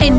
En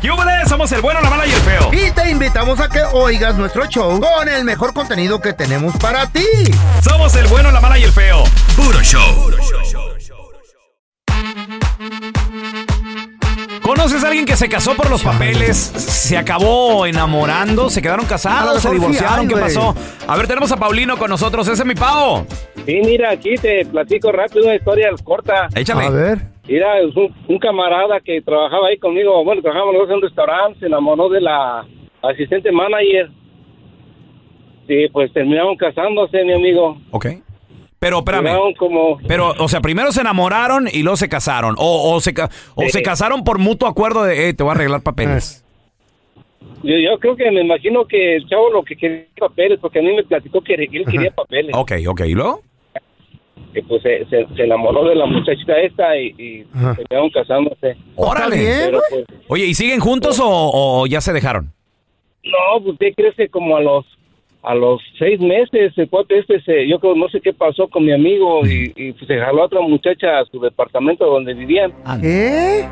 ¡Yúbales! Somos el bueno, la mala y el feo. Y te invitamos a que oigas nuestro show con el mejor contenido que tenemos para ti. Somos el bueno, la mala y el feo. Puro show. ¿Conoces a alguien que se casó por los papeles? ¿Se acabó enamorando? ¿Se quedaron A lo casados? mejor ¿Se sí divorciaron? hay, ¿Qué güey. pasó? A ver, tenemos a Paulino con nosotros. Ese es mi pavo. Sí, mira, aquí te platico rápido una historia corta. A Échame. ver. Mira, es un, un camarada que trabajaba ahí conmigo, bueno, trabajábamos los dos en un restaurante, se enamoró de la asistente manager. Sí, pues terminaron casándose, mi amigo. Ok. Pero espérame. Duraron como... Pero, o sea, primero se enamoraron y luego se casaron. O, o se, ca- o Sí. se casaron por mutuo acuerdo de, eh, te voy a arreglar papeles. Yo, yo creo que me imagino que el chavo lo que quería era papeles, porque a mí me platicó que él quería Ah. papeles. Ok, ok. ¿Y luego? Que pues se, se- se enamoró de la muchachita esta y, y Ajá. terminaron casándose. Órale. bien. Pero pues, Oye, ¿y siguen juntos o, o ya se dejaron? No, pues usted crece como a los a los seis meses, el cuate este, se, yo creo, no sé qué pasó con mi amigo y, y pues, se jaló a otra muchacha a su departamento donde vivían. Ah, ¿Qué?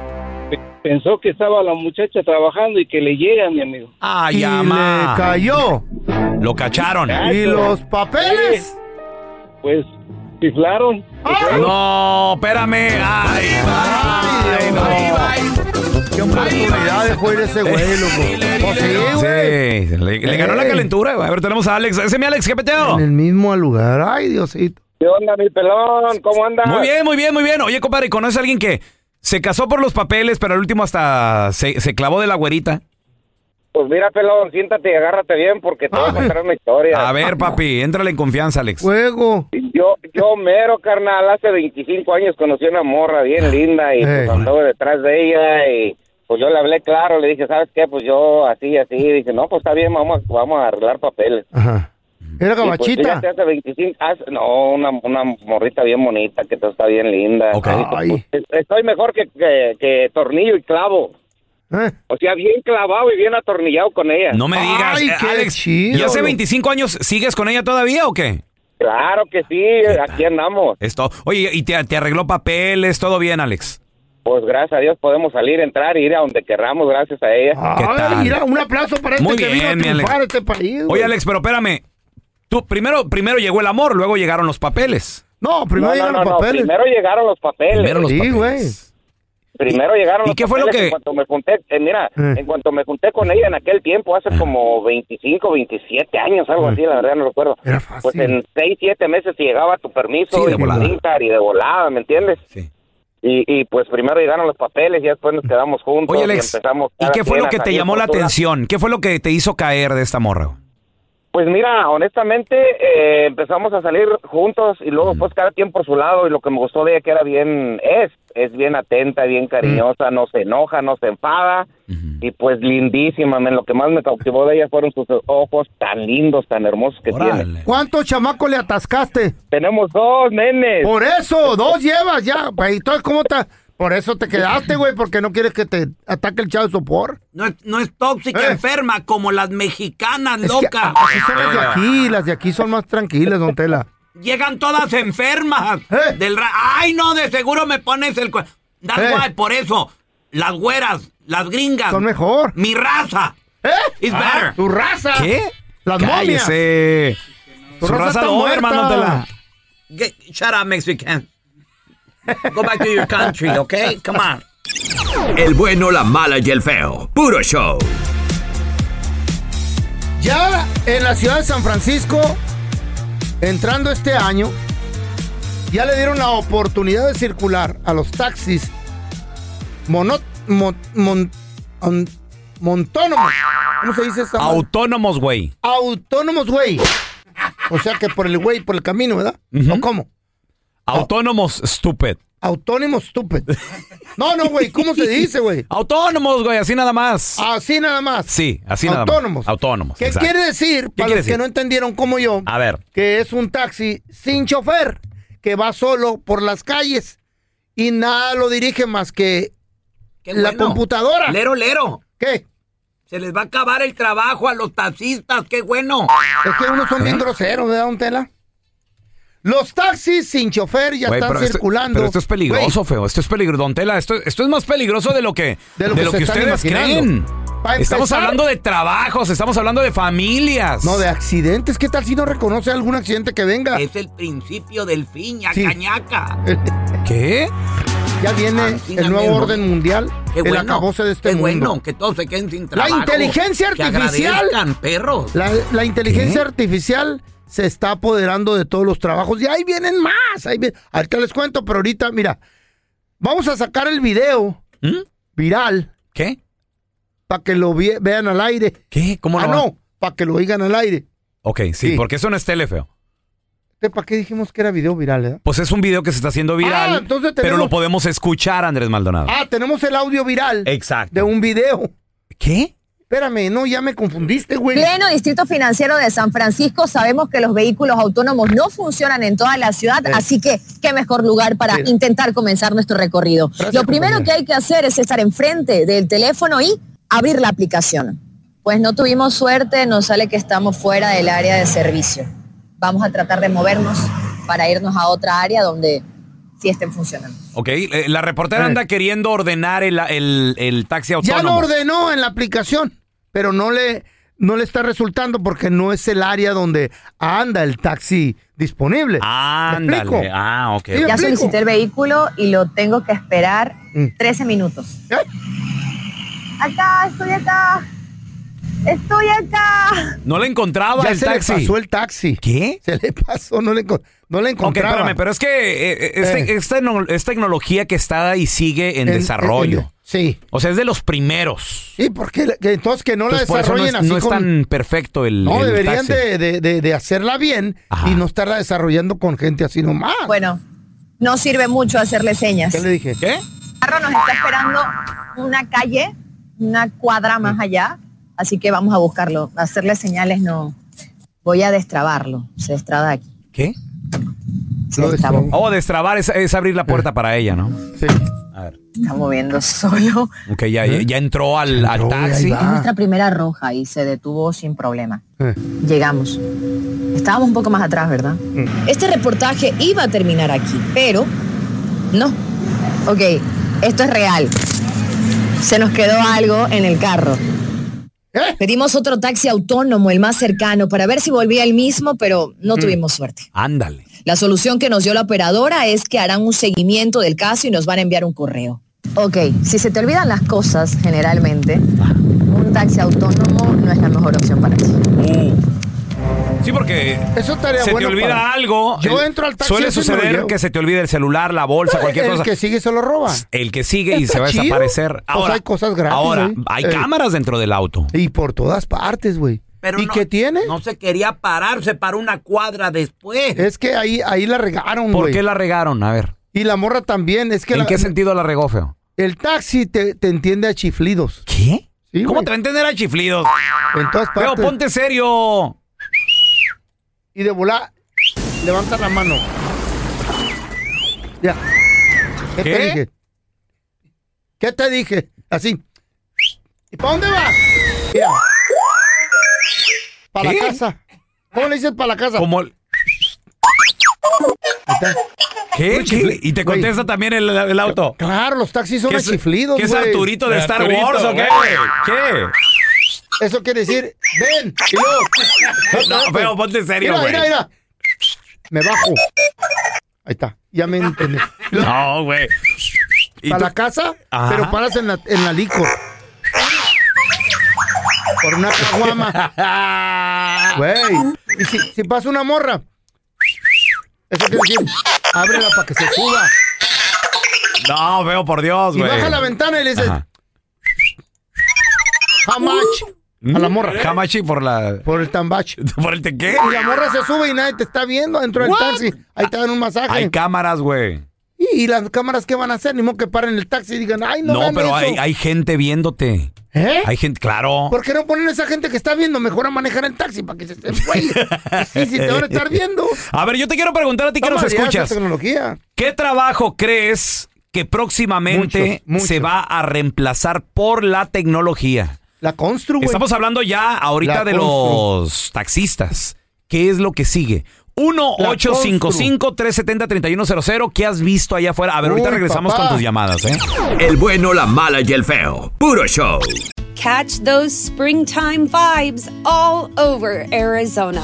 Pe- Pensó que estaba la muchacha trabajando y que le llega, mi amigo. Ay, Y ya, ma. le cayó. Lo cacharon. Ay, ¿Y pero- los papeles? Pues chiflaron. No, espérame. Ay, bye, bye, bye. ¿Qué oportunidad dejó ir ese güey, loco? Pues sí, güey. Sí, le, le ganó la Ey. calentura. güey. A ver, tenemos a Alex. Ese es mi Alex, ¿qué peteo? En el mismo lugar. Ay, Diosito. ¿Qué onda, mi pelón? ¿Cómo andas? Muy bien, muy bien, muy bien. Oye, compadre, ¿conoces a alguien que se casó por los papeles, pero al último hasta se, se clavó de la güerita? Pues mira, pelón, siéntate y agárrate bien porque te voy a contar una historia. A ver, papi, éntrale en confianza, Alex. Juego. Yo, yo mero, carnal, hace 25 años conocí una morra Eh, bien linda y pues Ey. anduve detrás de ella y pues yo le hablé claro, le dije, ¿sabes qué? Pues yo así, así, dice, no, pues está bien, vamos, a- vamos a arreglar papeles. Ajá. Era Y, pues, gabachita. fíjate, hace 25, hace- no, una, una morrita bien bonita, que todo está bien linda. pues, Ok. Ay. Estoy mejor que, que, que tornillo y clavo. ¿Eh? O sea, bien clavado y bien atornillado con ella. No me digas, Ay, eh, qué Alex. chido, ¿Y hace loco. 25 años sigues con ella todavía o qué? Claro que sí, aquí andamos. Esto. Oye, ¿y te, te arregló papeles? ¿Todo bien, Alex? Pues gracias a Dios podemos salir, entrar y ir a donde querramos gracias a ella. ¿Qué Ay, tal? mira, un aplauso para este Muy que bien, mi vino a triunfar a este país. güey. Oye, Alex, pero espérame. Tú primero, primero llegó el amor, luego llegaron los papeles. No, primero No, llegan no, los no, no, papeles. Primero llegaron los papeles. Primero, Primero los Sí, papeles. llegaron ¿Y los qué fue papeles. lo que- En cuanto me junté, eh, mira, Eh. en cuanto me junté con ella en aquel tiempo, hace como 25, 27 años, algo así, la verdad no recuerdo. Era fácil. Pues en 6, 7 meses llegaba tu permiso Sí, de y tu volada. INCAR y de volada, ¿me entiendes? Sí. Y, y pues primero llegaron los papeles y después nos quedamos juntos Oye, y Alex, empezamos. ¿y cada qué fue quien lo a que te salir llamó por la su lado. atención? ¿Qué fue lo que te hizo caer de esta morra? Pues mira, honestamente eh, empezamos a salir juntos y luego pues cada quien por su lado y lo que me gustó de ella que era bien es, es bien atenta, bien cariñosa, no se enoja, no se enfada y pues lindísima, men. lo que más me cautivó de ella fueron sus ojos tan lindos, tan hermosos que tiene. Órale. ¿Cuántos chamacos le atascaste? Tenemos dos nenes. Por eso, dos llevas ya. pa- Entonces, ¿cómo está? Por eso te quedaste, güey, porque no quieres que te ataque el chavo de sopor. No es, no es tóxica, Eh. enferma, como las mexicanas, Es que loca. así son las de aquí, las de aquí son más tranquilas, don Tela. Llegan todas enfermas. Eh. Del ra- Ay, no, de seguro me pones el... cua- That's Eh. why, por eso, las güeras, las gringas. Son mejor. Mi raza. ¿Eh? It's better. Tu raza. ¿Qué? Las Cállese. Tu Su raza raza está no, muerta. hermano, tela. Get, shut up, Mexican. Go back to your country, okay? Come on. El bueno, la mala y el feo. Puro show. Ya en la ciudad de San Francisco, entrando este año, ya le dieron la oportunidad de circular a los taxis mono, mon- mon- on- montónomos. ¿Cómo se dice esa madre? Autónomos, güey. Autónomos, güey. O sea que por el güey, por el camino, ¿verdad? ¿O cómo? Autónomos, stupid. Autónomos stupid. No, no, güey, ¿cómo se dice, güey? Autónomos, güey, así nada más. Así nada más. Sí, así nada más. Autónomos. Autónomos, ¿Qué Pues, exacto. quiere decir, para quiere los que decir? Ah. no entendieron como yo, A ver. que es un taxi sin chofer, que va solo por las calles y nada lo dirige más que Qué la bueno. computadora. Lero, lero. ¿Qué? Se les va a acabar el trabajo a los taxistas, qué bueno. ¿Eh? Es que unos son Ah. bien groseros, ¿verdad, don Tela? Los taxis sin chofer ya Güey, están pero esto- circulando. pero esto es peligroso, feo. Esto es peligroso. Don Tela, esto, esto es más peligroso de lo que, De de lo lo que que, se están ustedes creen. imaginando. Pa' Estamos empezar- hablando de trabajos, estamos hablando de familias. No, de accidentes. ¿Qué tal si no reconoce algún accidente que venga? Es el principio del fin, Sí. ñacañaca. ¿Qué? Ya viene Así el nuevo también, orden mundial, Qué el bueno, acabose de este qué mundo. bueno, que todos se queden sin La trabajo. inteligencia Que artificial. agradezcan, perros. La, la inteligencia artificial se está apoderando de todos los trabajos y ahí vienen más. Ahí vi- Ahorita les cuento, pero ahorita, mira, vamos a sacar el video viral ¿Qué? para que lo vie- vean al aire. ¿Qué? ¿Cómo ah, no? no, para que lo oigan al aire. Ok, sí, Sí. porque eso no es tele, feo. ¿Para qué dijimos que era video viral? eh? Pues es un video que se está haciendo viral, Ah, entonces pero tenemos- lo podemos escuchar, Andrés Maldonado. Ah, tenemos el audio viral Exacto. de un video. ¿Qué? Espérame, no, ya me confundiste, güey. Pleno Distrito Financiero de San Francisco, sabemos que los vehículos autónomos no funcionan en toda la ciudad, así que qué mejor lugar para Eh. Mira. intentar comenzar nuestro recorrido. Gracias, Lo primero compañera. que hay que hacer es estar enfrente del teléfono y abrir la aplicación. Pues no tuvimos suerte, nos sale que estamos fuera del área de servicio. Vamos a tratar de movernos para irnos a otra área donde sí estén funcionando. Ok, eh, la reportera Eh. anda queriendo ordenar el, el- el taxi Ya lo autónomo. ordenó en la aplicación, pero no le, no le está resultando porque no es el área donde anda el taxi disponible. ¿Me explico? Ándale. Ah, ok. Sí, Ya explico? solicité el vehículo y lo tengo que esperar Mm. 13 minutos. ¿Eh? Acá, estoy acá. Estoy acá. No la encontraba Ya el se taxi. le pasó el taxi. ¿Qué? Se le pasó, no le, encon- no le Ok, encontraba. espérame, pero es que eh, eh, es, te- Eh. es tecno- es tecnología que está y sigue en, En- desarrollo. en- en- sí. o sea, es de los primeros. Sí, porque la- que entonces que no la Entonces, por eso no desarrollen es, así no es con- tan perfecto el, No, el deberían taxi. de, de- de- de hacerla bien Ajá. y no estarla desarrollando con gente así nomás. Bueno, no sirve mucho hacerle señas. ¿Qué le dije? ¿Qué? El carro nos está esperando una calle, una cuadra Mm. más allá, así que vamos a buscarlo. Hacerle señales no. Voy a destrabarlo. Se destraba aquí. ¿Qué? Se Lo destrabó. destrabó. Oh, destrabar es, es abrir la puerta para ella, ¿no? Sí. ¿Eh? A ver. Está moviendo solo. Ok, ya, ya- ya entró al, al No, ahí taxi. va. Es nuestra primera roja y se detuvo sin problema. Eh. Llegamos. Estábamos un poco más atrás, ¿verdad? Este reportaje iba a terminar aquí, pero no. Ok, esto es real. Se nos quedó algo en el carro. ¿Eh? Pedimos otro taxi autónomo, el más cercano, para ver si volvía el mismo, pero no tuvimos suerte. Ándale. La solución que nos dio la operadora es que harán un seguimiento del caso y nos van a enviar un correo. Ok, si se te olvidan las cosas generalmente, un taxi autónomo no es la mejor opción para ti. Sí, porque Eso estaría se bueno te olvida para- algo. Yo El- entro al taxi Suele ese y me lo suceder llevo. Eh, que se te olvide el celular, la bolsa, cualquier Pues, el cosa. que sigue se lo roba. El que sigue y Está se va a chido. desaparecer. Pues hay cosas gratis, Ahora, ¿eh? hay Eh. cámaras dentro del auto. Y por todas partes, güey. Pero ¿Y no- qué tiene? No se quería parar, se paró una cuadra después. Es que ahí, ahí la regaron, ¿Por güey. qué la regaron? A ver. Y la morra también. Es que ¿En la- qué sentido la regó, feo? el taxi te, te entiende a chiflidos. ¿Qué? Sí, ¿Cómo güey. te va a entender a chiflidos? En todas Feo, partes. ponte serio. Y de volar, levanta la mano. Ya. ¿Qué? te ¿Qué? dije? ¿Qué te dije? Así. ¿Y para dónde vas? Mira. Para la ¿Qué? casa. ¿Cómo le dices para la casa? Como... el- ¿Qué? ¿Qué? Y te contesta también el, el auto. Claro, los taxis son ¿Qué es, chiflidos, qué es güey. Arturito de Star Arturito, Wars o qué? güey. ¿Qué? Eso quiere decir, ven, y luego. No, pero ponte serio, Mira, güey. mira, mira. Me bajo. Ahí está, ya me entendí. No, güey. ¿Y Para tú? la casa, Ajá. pero paras en la, en la licor. Por una caguama. Güey. Y si, si pasa una morra, eso quiere decir, ábrela para que se suba. No, veo por Dios, Y güey. baja la ventana y le dices, Ajá. how much? A la morra. Hamachi por la. Por el tambache. ¿Por el te qué? Y la morra se sube y nadie te está viendo dentro del taxi. Ahí te dan un masaje. Hay cámaras, güey. Y, y las cámaras, ¿qué van a hacer? Ni modo que paren el taxi y digan, ay, no, No, hagan pero eso". hay, hay gente viéndote. ¿Eh? Hay gente, claro. ¿Por qué no ponen a esa gente que está viendo mejor a manejar el taxi para que se esté güey? Sí, sí, te van a estar viendo. A ver, yo te quiero preguntar a ti que nos Vamos a variar esa escuchas. tecnología. ¿Qué trabajo crees que próximamente Muchos, muchos. se va a reemplazar por la tecnología? La constru, güey. Estamos hablando ya ahorita La de constru. los taxistas. ¿Qué es lo que sigue? La 1-855-370-3100. ¿Qué has visto allá afuera? A ver, ahorita Uy, regresamos papá. con tus llamadas, ¿eh? El bueno, la mala y el feo. Puro show. Catch those springtime vibes all over Arizona.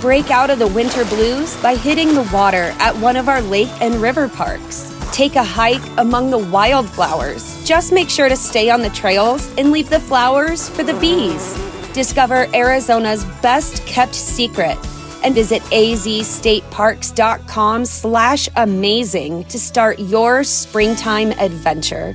Break out of the winter blues by hitting the water at one of our lake and river parks. Take a hike among the wildflowers. Just make sure to stay on the trails and leave the flowers for the bees. Discover Arizona's best kept secret and visit azstateparks.com slash amazing to start your springtime adventure.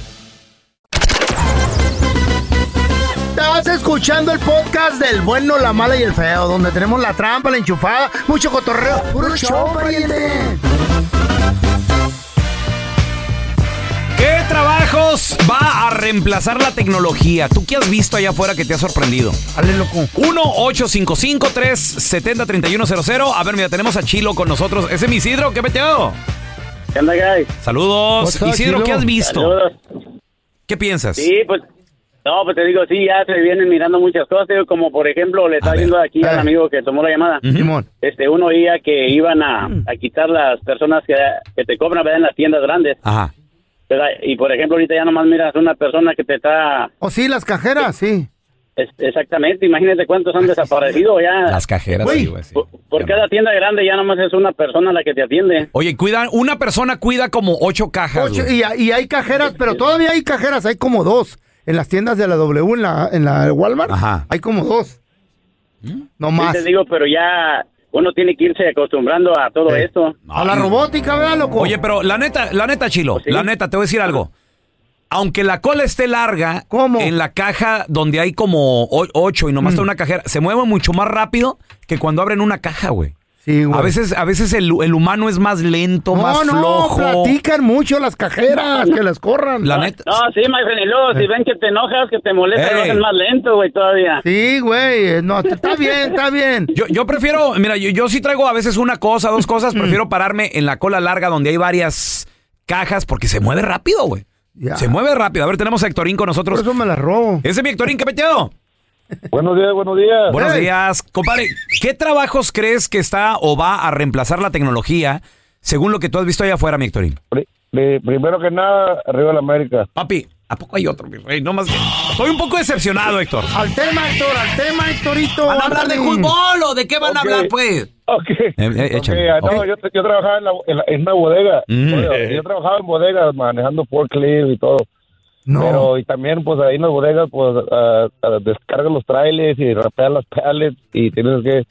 Estás escuchando el podcast del bueno, la mala y el feo, donde tenemos la trampa, la enchufada, mucho cotorreo. ¡Puro show, pariente! ¿Qué trabajos va a reemplazar la tecnología? ¿Tú qué has visto allá afuera que te ha sorprendido? Dale, loco. 1-855-370-3100. A ver, mira, tenemos a Chilo con nosotros. Ese es mi Isidro, ¿qué peteo? ¿Qué onda, guys? Saludos. What's up, Isidro, Chilo? ¿qué has visto? Saludos. ¿Qué piensas? Sí, pues, no, pues te digo, sí, ya se vienen mirando muchas cosas, digo, como por ejemplo, le A estaba ver. diciendo aquí Eh. al amigo que tomó la llamada. Simón. Este, uno oía que iban a, a quitar las personas que, que te cobran ¿verdad? en las tiendas grandes, Ajá. ¿verdad? Y por ejemplo, ahorita ya nomás miras una persona que te está... ¿O Oh, sí, las cajeras? Sí. es- exactamente, imagínate cuántos han desaparecido ya. Las cajeras, Güey, sí, güey. sí. Por, por cada tienda grande ya nomás es una persona la que te atiende. Oye, cuidan, una persona cuida como ocho cajas. Ocho, güey. y, y hay cajeras, pero todavía hay cajeras, hay como dos. En las tiendas de la W, en la, en la Walmart, Ajá. ¿Mm? hay como dos. No Sí más. te digo, pero ya uno tiene que irse acostumbrando a todo Eh. esto. A la robótica, ¿verdad, loco? Oye, pero la neta, la neta, Chilo, sí. la neta, te voy a decir algo. Aunque la cola esté larga, ¿Cómo? Mm. en la caja donde hay como o- ocho y nomás está una cajera, se mueve mucho más rápido que cuando abren una caja, güey. Sí, güey. A veces, a veces el, el humano es más lento, no, más no, flojo. platican mucho las cajeras, que las corran. La neta. No, sí, Maifren, y luego Eh. si ven que te enojas, que te molesta, lo Ey. hacen más lento, güey, todavía. Sí, güey, eh, no, está bien, está bien. Yo, yo prefiero, mira, yo, yo sí traigo a veces una cosa, dos Mm. cosas, prefiero pararme en la cola larga donde hay varias cajas porque se mueve rápido, güey. Ya. Se mueve rápido. A ver, tenemos a Héctorín con Por nosotros. eso me la robo. Ese es mi Héctorín, ¿qué peteado? Buenos días, buenos días. Buenos Ey. días, compadre. ¿Qué trabajos crees que está o va a reemplazar la tecnología según lo que tú has visto allá afuera, mi Héctorín? de- primero que nada, arriba de la América. Papi, ¿a poco hay otro, mi rey? No más que- Estoy un poco decepcionado, Héctor. Al tema, Héctor, al tema, Héctorito. ¿Van a hablar de fútbol o de qué van a hablar, pues? Ok. eh, échale, Ok, ah, no, ok. yo, yo trabajaba en, la- en la- en una bodega. Mm. Oye, yo trabajaba en bodegas manejando forklift y todo. Pero, y también, pues ahí en las bodegas, pues ah, ah, descargan los trailers y rapean las pallets y tienes que.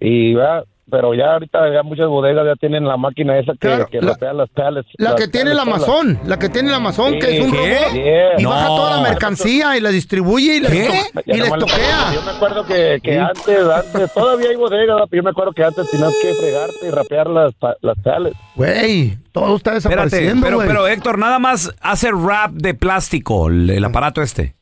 Y va. Pero ya ahorita ya muchas bodegas ya tienen la máquina esa que, que rapea las pallets. La las que tiene el pallets solas. Amazon, la que tiene el Amazon, que es un Sí. robot. Yeah. Y baja No. toda la mercancía y la distribuye y la esto- y la estoquea. Yo me acuerdo que, que antes, antes, todavía hay bodegas, pero yo me acuerdo que antes tenías que fregarte y rapear las, pa- las sales. Güey, todo está Espérate, desapareciendo, pero, güey. pero eh. Héctor, nada más hace rap de plástico, el, el aparato este.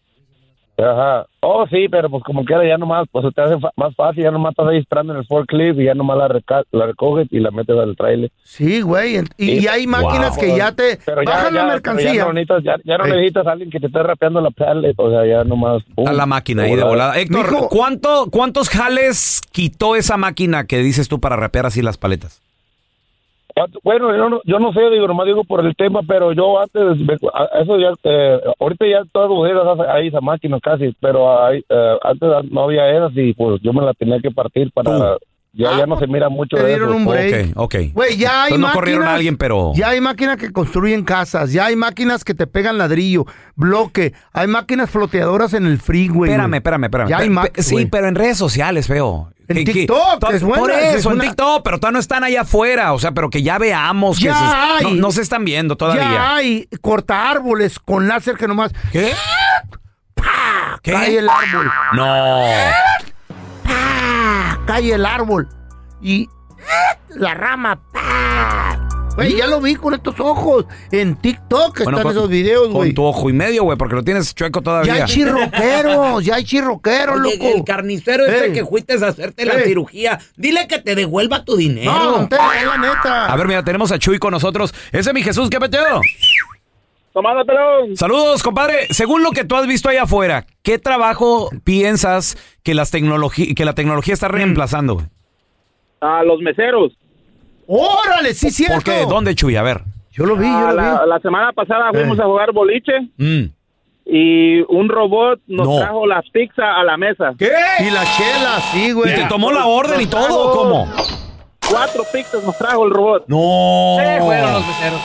Ajá. Oh, sí, pero pues como quiera, ya nomás, pues se te hace fa- más fácil, ya nomás estás ahí esperando en el forklift y ya nomás la, reca- la recoges y la metes al trailer. Sí, güey, en- y- y hay máquinas que ya te Pero ya- bajan la ya- pero mercancía. Ya no necesitas, ya, ya no Ey. necesitas a alguien que te esté rapeando la pallet, o sea, ya nomás. A la máquina ahí de volada. Héctor, ¿cuánto, ¿cuántos jales quitó esa máquina que dices tú para rapear así las paletas? ¿Cuánto? Bueno, yo no, yo no sé, digo, nomás digo por el tema, pero yo antes, me- a- eso ya, eh, ahorita ya todas las bodegas hace- hay esa máquina casi, pero hay, eh, antes no había esas y pues yo me la tenía que partir para, ya, ya no se mira mucho Ah, te de dieron eso. un break. Ok, ok. Güey, ya Entonces hay máquinas. no corrieron a alguien, pero- Ya hay máquinas que construyen casas, ya hay máquinas que te pegan ladrillo, bloque, hay máquinas floteadoras en el freeway. Espérame, güey. espérame, espérame. Ya hay Pe- ma- pe- sí, güey. pero en redes sociales veo. En Que- que- TikTok, to- es buena, Por es eso, una- en TikTok, pero todavía no están allá afuera, o sea, pero que ya veamos Ya que se- no- hay. no, se están viendo todavía. Ya hay corta árboles con láser que nomás. ¿Qué? ¿Qué? Cae el árbol. No. ¡pah! Cae el árbol. Y ¡ah! la rama. ¡pah! Güey, ya lo vi con estos ojos. En TikTok están Bueno, pues, esos videos, Con güey. tu ojo y medio, güey, porque lo tienes chueco todavía. Ya hay chirroqueros, ya hay chirroqueros, Oye, loco. El carnicero este Ey. que fuiste a hacerte la Ey. cirugía, dile que te devuelva tu dinero. No, don Tela, es la neta. A ver, mira, tenemos a Chuy con nosotros. Ese es mi Jesús, ¿qué peteo? Saludos, compadre. Según lo que tú has visto allá afuera, ¿qué trabajo piensas que, las tecnologi- que la tecnología está reemplazando? güey? A los meseros. ¡Órale, sí, cierto! ¿Por qué? ¿Dónde, Chuy? A ver. Yo lo vi, yo lo la, vi. La semana pasada fuimos a jugar boliche Mm. y un robot nos No. trajo la pizza a la mesa. ¿Qué? Y la chela, sí, güey. ¿Y te tomó la orden y todo o cómo? Cuatro pizzas nos trajo el robot. No. Se fueron los meseros.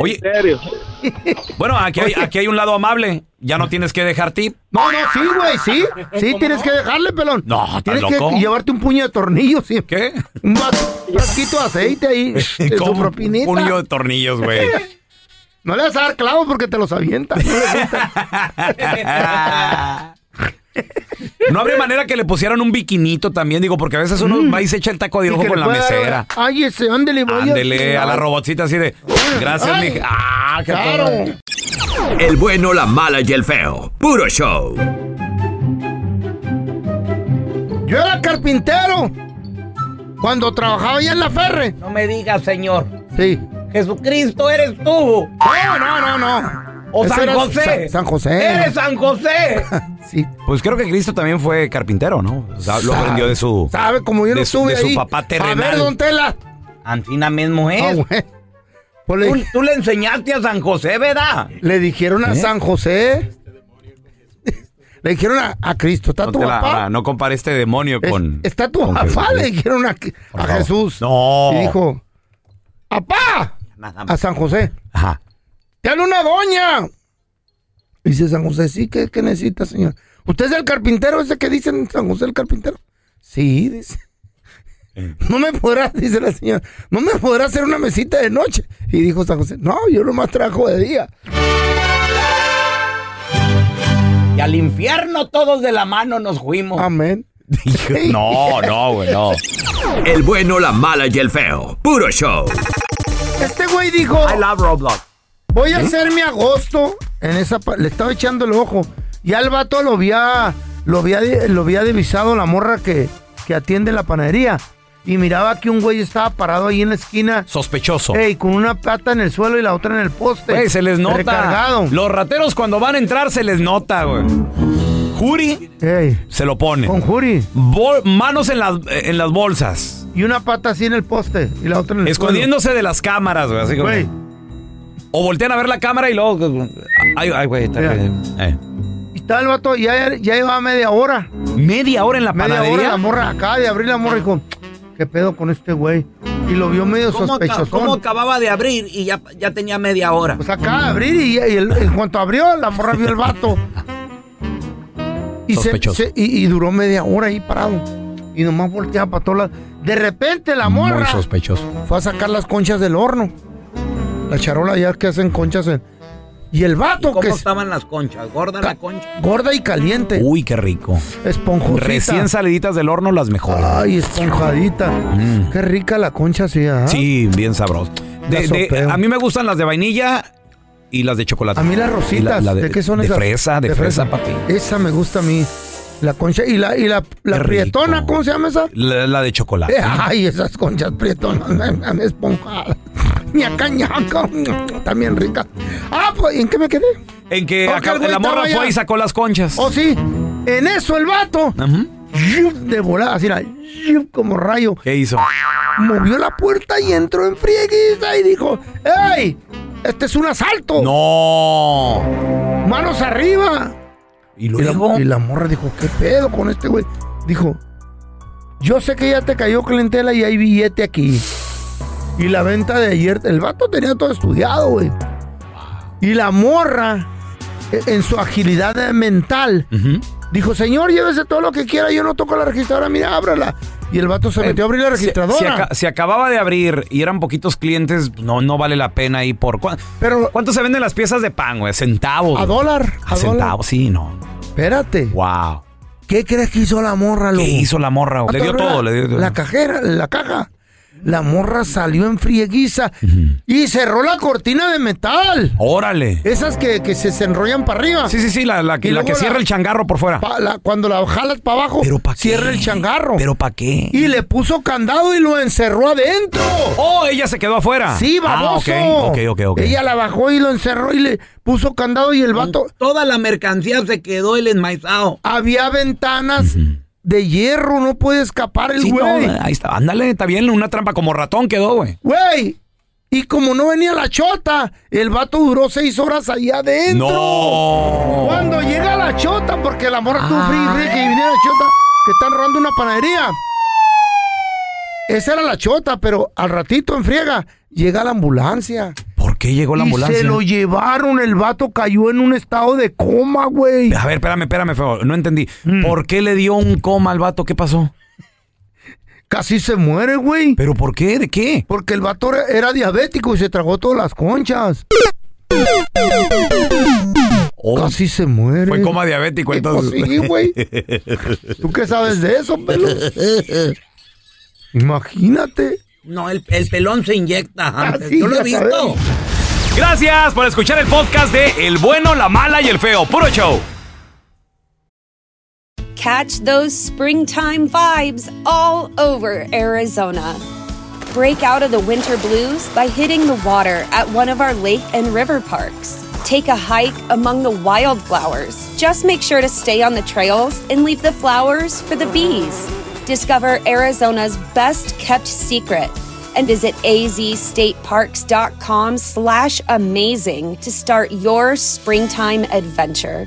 Oye. ¿En serio? Bueno, aquí hay, aquí hay un lado amable. Ya no tienes que dejar tip. No, no, sí, güey, sí. Sí, tienes que dejarle, pelón. No, ¿estás Tienes loco? que llevarte un puño de tornillos. ¿sí? ¿Qué? Un va- un vasquito de aceite ahí. de su ¿Cómo? propinita. Un lío de tornillos, güey. No le vas a dar clavos porque te los avienta. No le gusta. No habría manera que le pusieran un biquinito también, digo, porque a veces uno va y se echa el taco de Mm. Y ojo que con le la pueda dar- mesera. Ay, ese, ándele, voy Ándele a la robotcita así de. Gracias, Ay. mija. Ah, qué Claro. padre. El bueno, la mala y el feo. Puro show. Yo era carpintero. Cuando trabajaba ya en la ferre. No me digas, señor. Sí. Jesucristo eres tú. No, no, no, no. O Ese San era José. San, San José. Eres San José. Pues creo que Cristo también fue carpintero, ¿no? O sea, lo Sabe. aprendió de su. ¿Sabe? Como yo no de su, estuve de su ahí. papá terrenal. A ver, don Tela. Antina mismo es. Ah, güey. Pues Tú, le, tú le enseñaste a San José, ¿verdad? le dijeron ¿Eh? a San José. Le dijeron a, a Cristo, ¿está No, tu te la- papá? ahora, no compare este demonio con. ¿Está tu con papá? Le Jesucristo. dijeron a, a favor. Jesús. No. Y dijo, ¡apá! A San José. Ajá. ¡Te habla una doña! Dice San José, sí, ¿qué, qué necesita, señor? ¿Usted es el carpintero ese que dicen San José el carpintero? Sí, dice. No me podrá, dice la señora, no me podrá hacer una mesita de noche. Y dijo San José, no, yo nomás trabajo de día. Y al infierno todos de la mano nos fuimos. Amén. No, no, güey, no. El bueno, la mala y el feo. Puro show. Este güey dijo. I love Roblox. Voy a hacer mi agosto en esa pa- le estaba echando el ojo. Ya el vato lo había lo había de- lo había divisado la morra que que atiende la panadería y miraba que un güey estaba parado ahí en la esquina. Sospechoso. Ey, con una pata en el suelo y la otra en el poste. Güey, se les nota. Recargado. Los rateros cuando van a entrar se les nota, güey. Juri Ey, se lo pone. con Juri Bol- manos en las, en las bolsas. y una pata así en el poste y la otra en el suelo. Escondiéndose de las cámaras, güey. Así como. Güey, O voltean a ver la cámara y luego. Ay, ay, güey. está bien. Eh. Y está el vato, ya, ya llevaba media hora. ¿Media hora en la media panadería? hora la morra acá, de abrir la morra y con. ¿Qué pedo con este güey? Y lo vio medio ¿Cómo, aca- sospechoso. cómo acababa de abrir y ya, ya tenía media hora? Pues acaba de abrir y, y el- en cuanto abrió, la morra vio el vato. Y, se- Sospechoso. se- y, y duró media hora ahí parado. Y nomás volteaba para todos lados. De repente la Muy morra sospechoso. fue a sacar las conchas del horno. La charola ya que hacen conchas. en- Y el vato ¿Cómo que es estaban las conchas? ¿Gorda la concha? gorda y caliente. Uy, qué rico. Esponjosita. Recién saliditas del horno, las mejores. Ay, esponjadita. Qué rica la concha así, ¿ah? Mm. Sí, bien sabroso. De- La de- sopeo. a mí me gustan las de vainilla y las de chocolate. A mí las Y la- rositas, la de, qué son de esas? fresa, de, fresa, papi. Esa me gusta a mí. La concha y la, y la, la prietona, ¿cómo se llama esa? La, la de chocolate. Eh, ay, esas conchas prietonas me me han esponjado. Ñaca, ñaca, también rica. Ah, pues, ¿en qué me quedé? En que Ok, acá- el güey la morra estaba fue allá. y sacó las conchas. Oh, sí, en eso el vato. yup, De volada, así era, yup, como rayo. ¿Qué hizo? Movió la puerta y entró en frieguiza y dijo, ¡Ey! Este es un asalto. No. Manos arriba. Y la, y la morra dijo, ¿qué pedo con este güey? Dijo, yo sé que ya te cayó clientela y hay billete aquí. Y la venta de ayer, el vato tenía todo estudiado, güey. Y la morra, e- en su agilidad mental, dijo, señor, llévese todo lo que quiera, yo no toco la registradora, mira, ábrala. Y el vato Eh, se metió a abrir la registradora. Se, acababa de abrir y eran poquitos clientes, pues, no, no vale la pena ir por. cuán- ¿Cuánto se venden las piezas de pan, güey? Centavos. A güey. dólar. A, Ah, pues centavos, sí, no. Espérate. Wow. ¿Qué crees que hizo la morra, loco? ¿Qué hizo la morra? güey? Le dio Vato, abrió todo, la- le dio La cajera, la caja. La morra salió en frieguiza y cerró la cortina de metal. Órale. Esas que, que se, se enrollan para arriba. Sí, sí, sí, la, la que- Y la luego que la- cierra el changarro por fuera. Pa- la- cuando la jalas para abajo, cierra el changarro. ¿Pero para qué? Y le puso candado y lo encerró adentro. ¡Oh, ella se quedó afuera! Sí, baboso. Ah, ok, ok, ok. ok. Ella la bajó y lo encerró y le puso candado y el vato. Toda la mercancía se quedó el enmaizado. Había ventanas de hierro, no puede escapar el Sí, no, güey. ahí está. Ándale, está bien, una trampa como ratón quedó, güey. Güey, y como no venía la chota, el vato duró seis horas allá adentro. No. Cuando llega la chota, porque la morra tuvo frío y frío, que viene la chota, que están robando una panadería. Esa era la chota, pero al ratito en friega llega la ambulancia. ¿Por qué llegó la y ambulancia? Se lo llevaron, el vato cayó en un estado de coma, güey. A ver, espérame, espérame, feo. No entendí. Mm. ¿Por qué le dio un coma al vato? ¿Qué pasó? Casi se muere, güey. ¿Pero por qué? ¿De qué? Porque el vato era- era diabético y se tragó todas las conchas. Casi se muere. Fue coma diabético, Eh, pues entonces. sí, güey. ¿Tú qué sabes de eso, pelo? Imagínate. Ah, No, el, el pelón se inyecta. antes. sí, Yo lo ya he visto. sabemos. Gracias por escuchar el podcast de El Bueno, la Mala y el Feo. Puro show. Catch those springtime vibes all over Arizona. Break out of the winter blues by hitting the water at one of our lake and river parks. Take a hike among the wildflowers. Just make sure to stay on the trails and leave the flowers for the bees. Discover Arizona's best kept secret and visit azstateparks.com slash amazing to start your springtime adventure.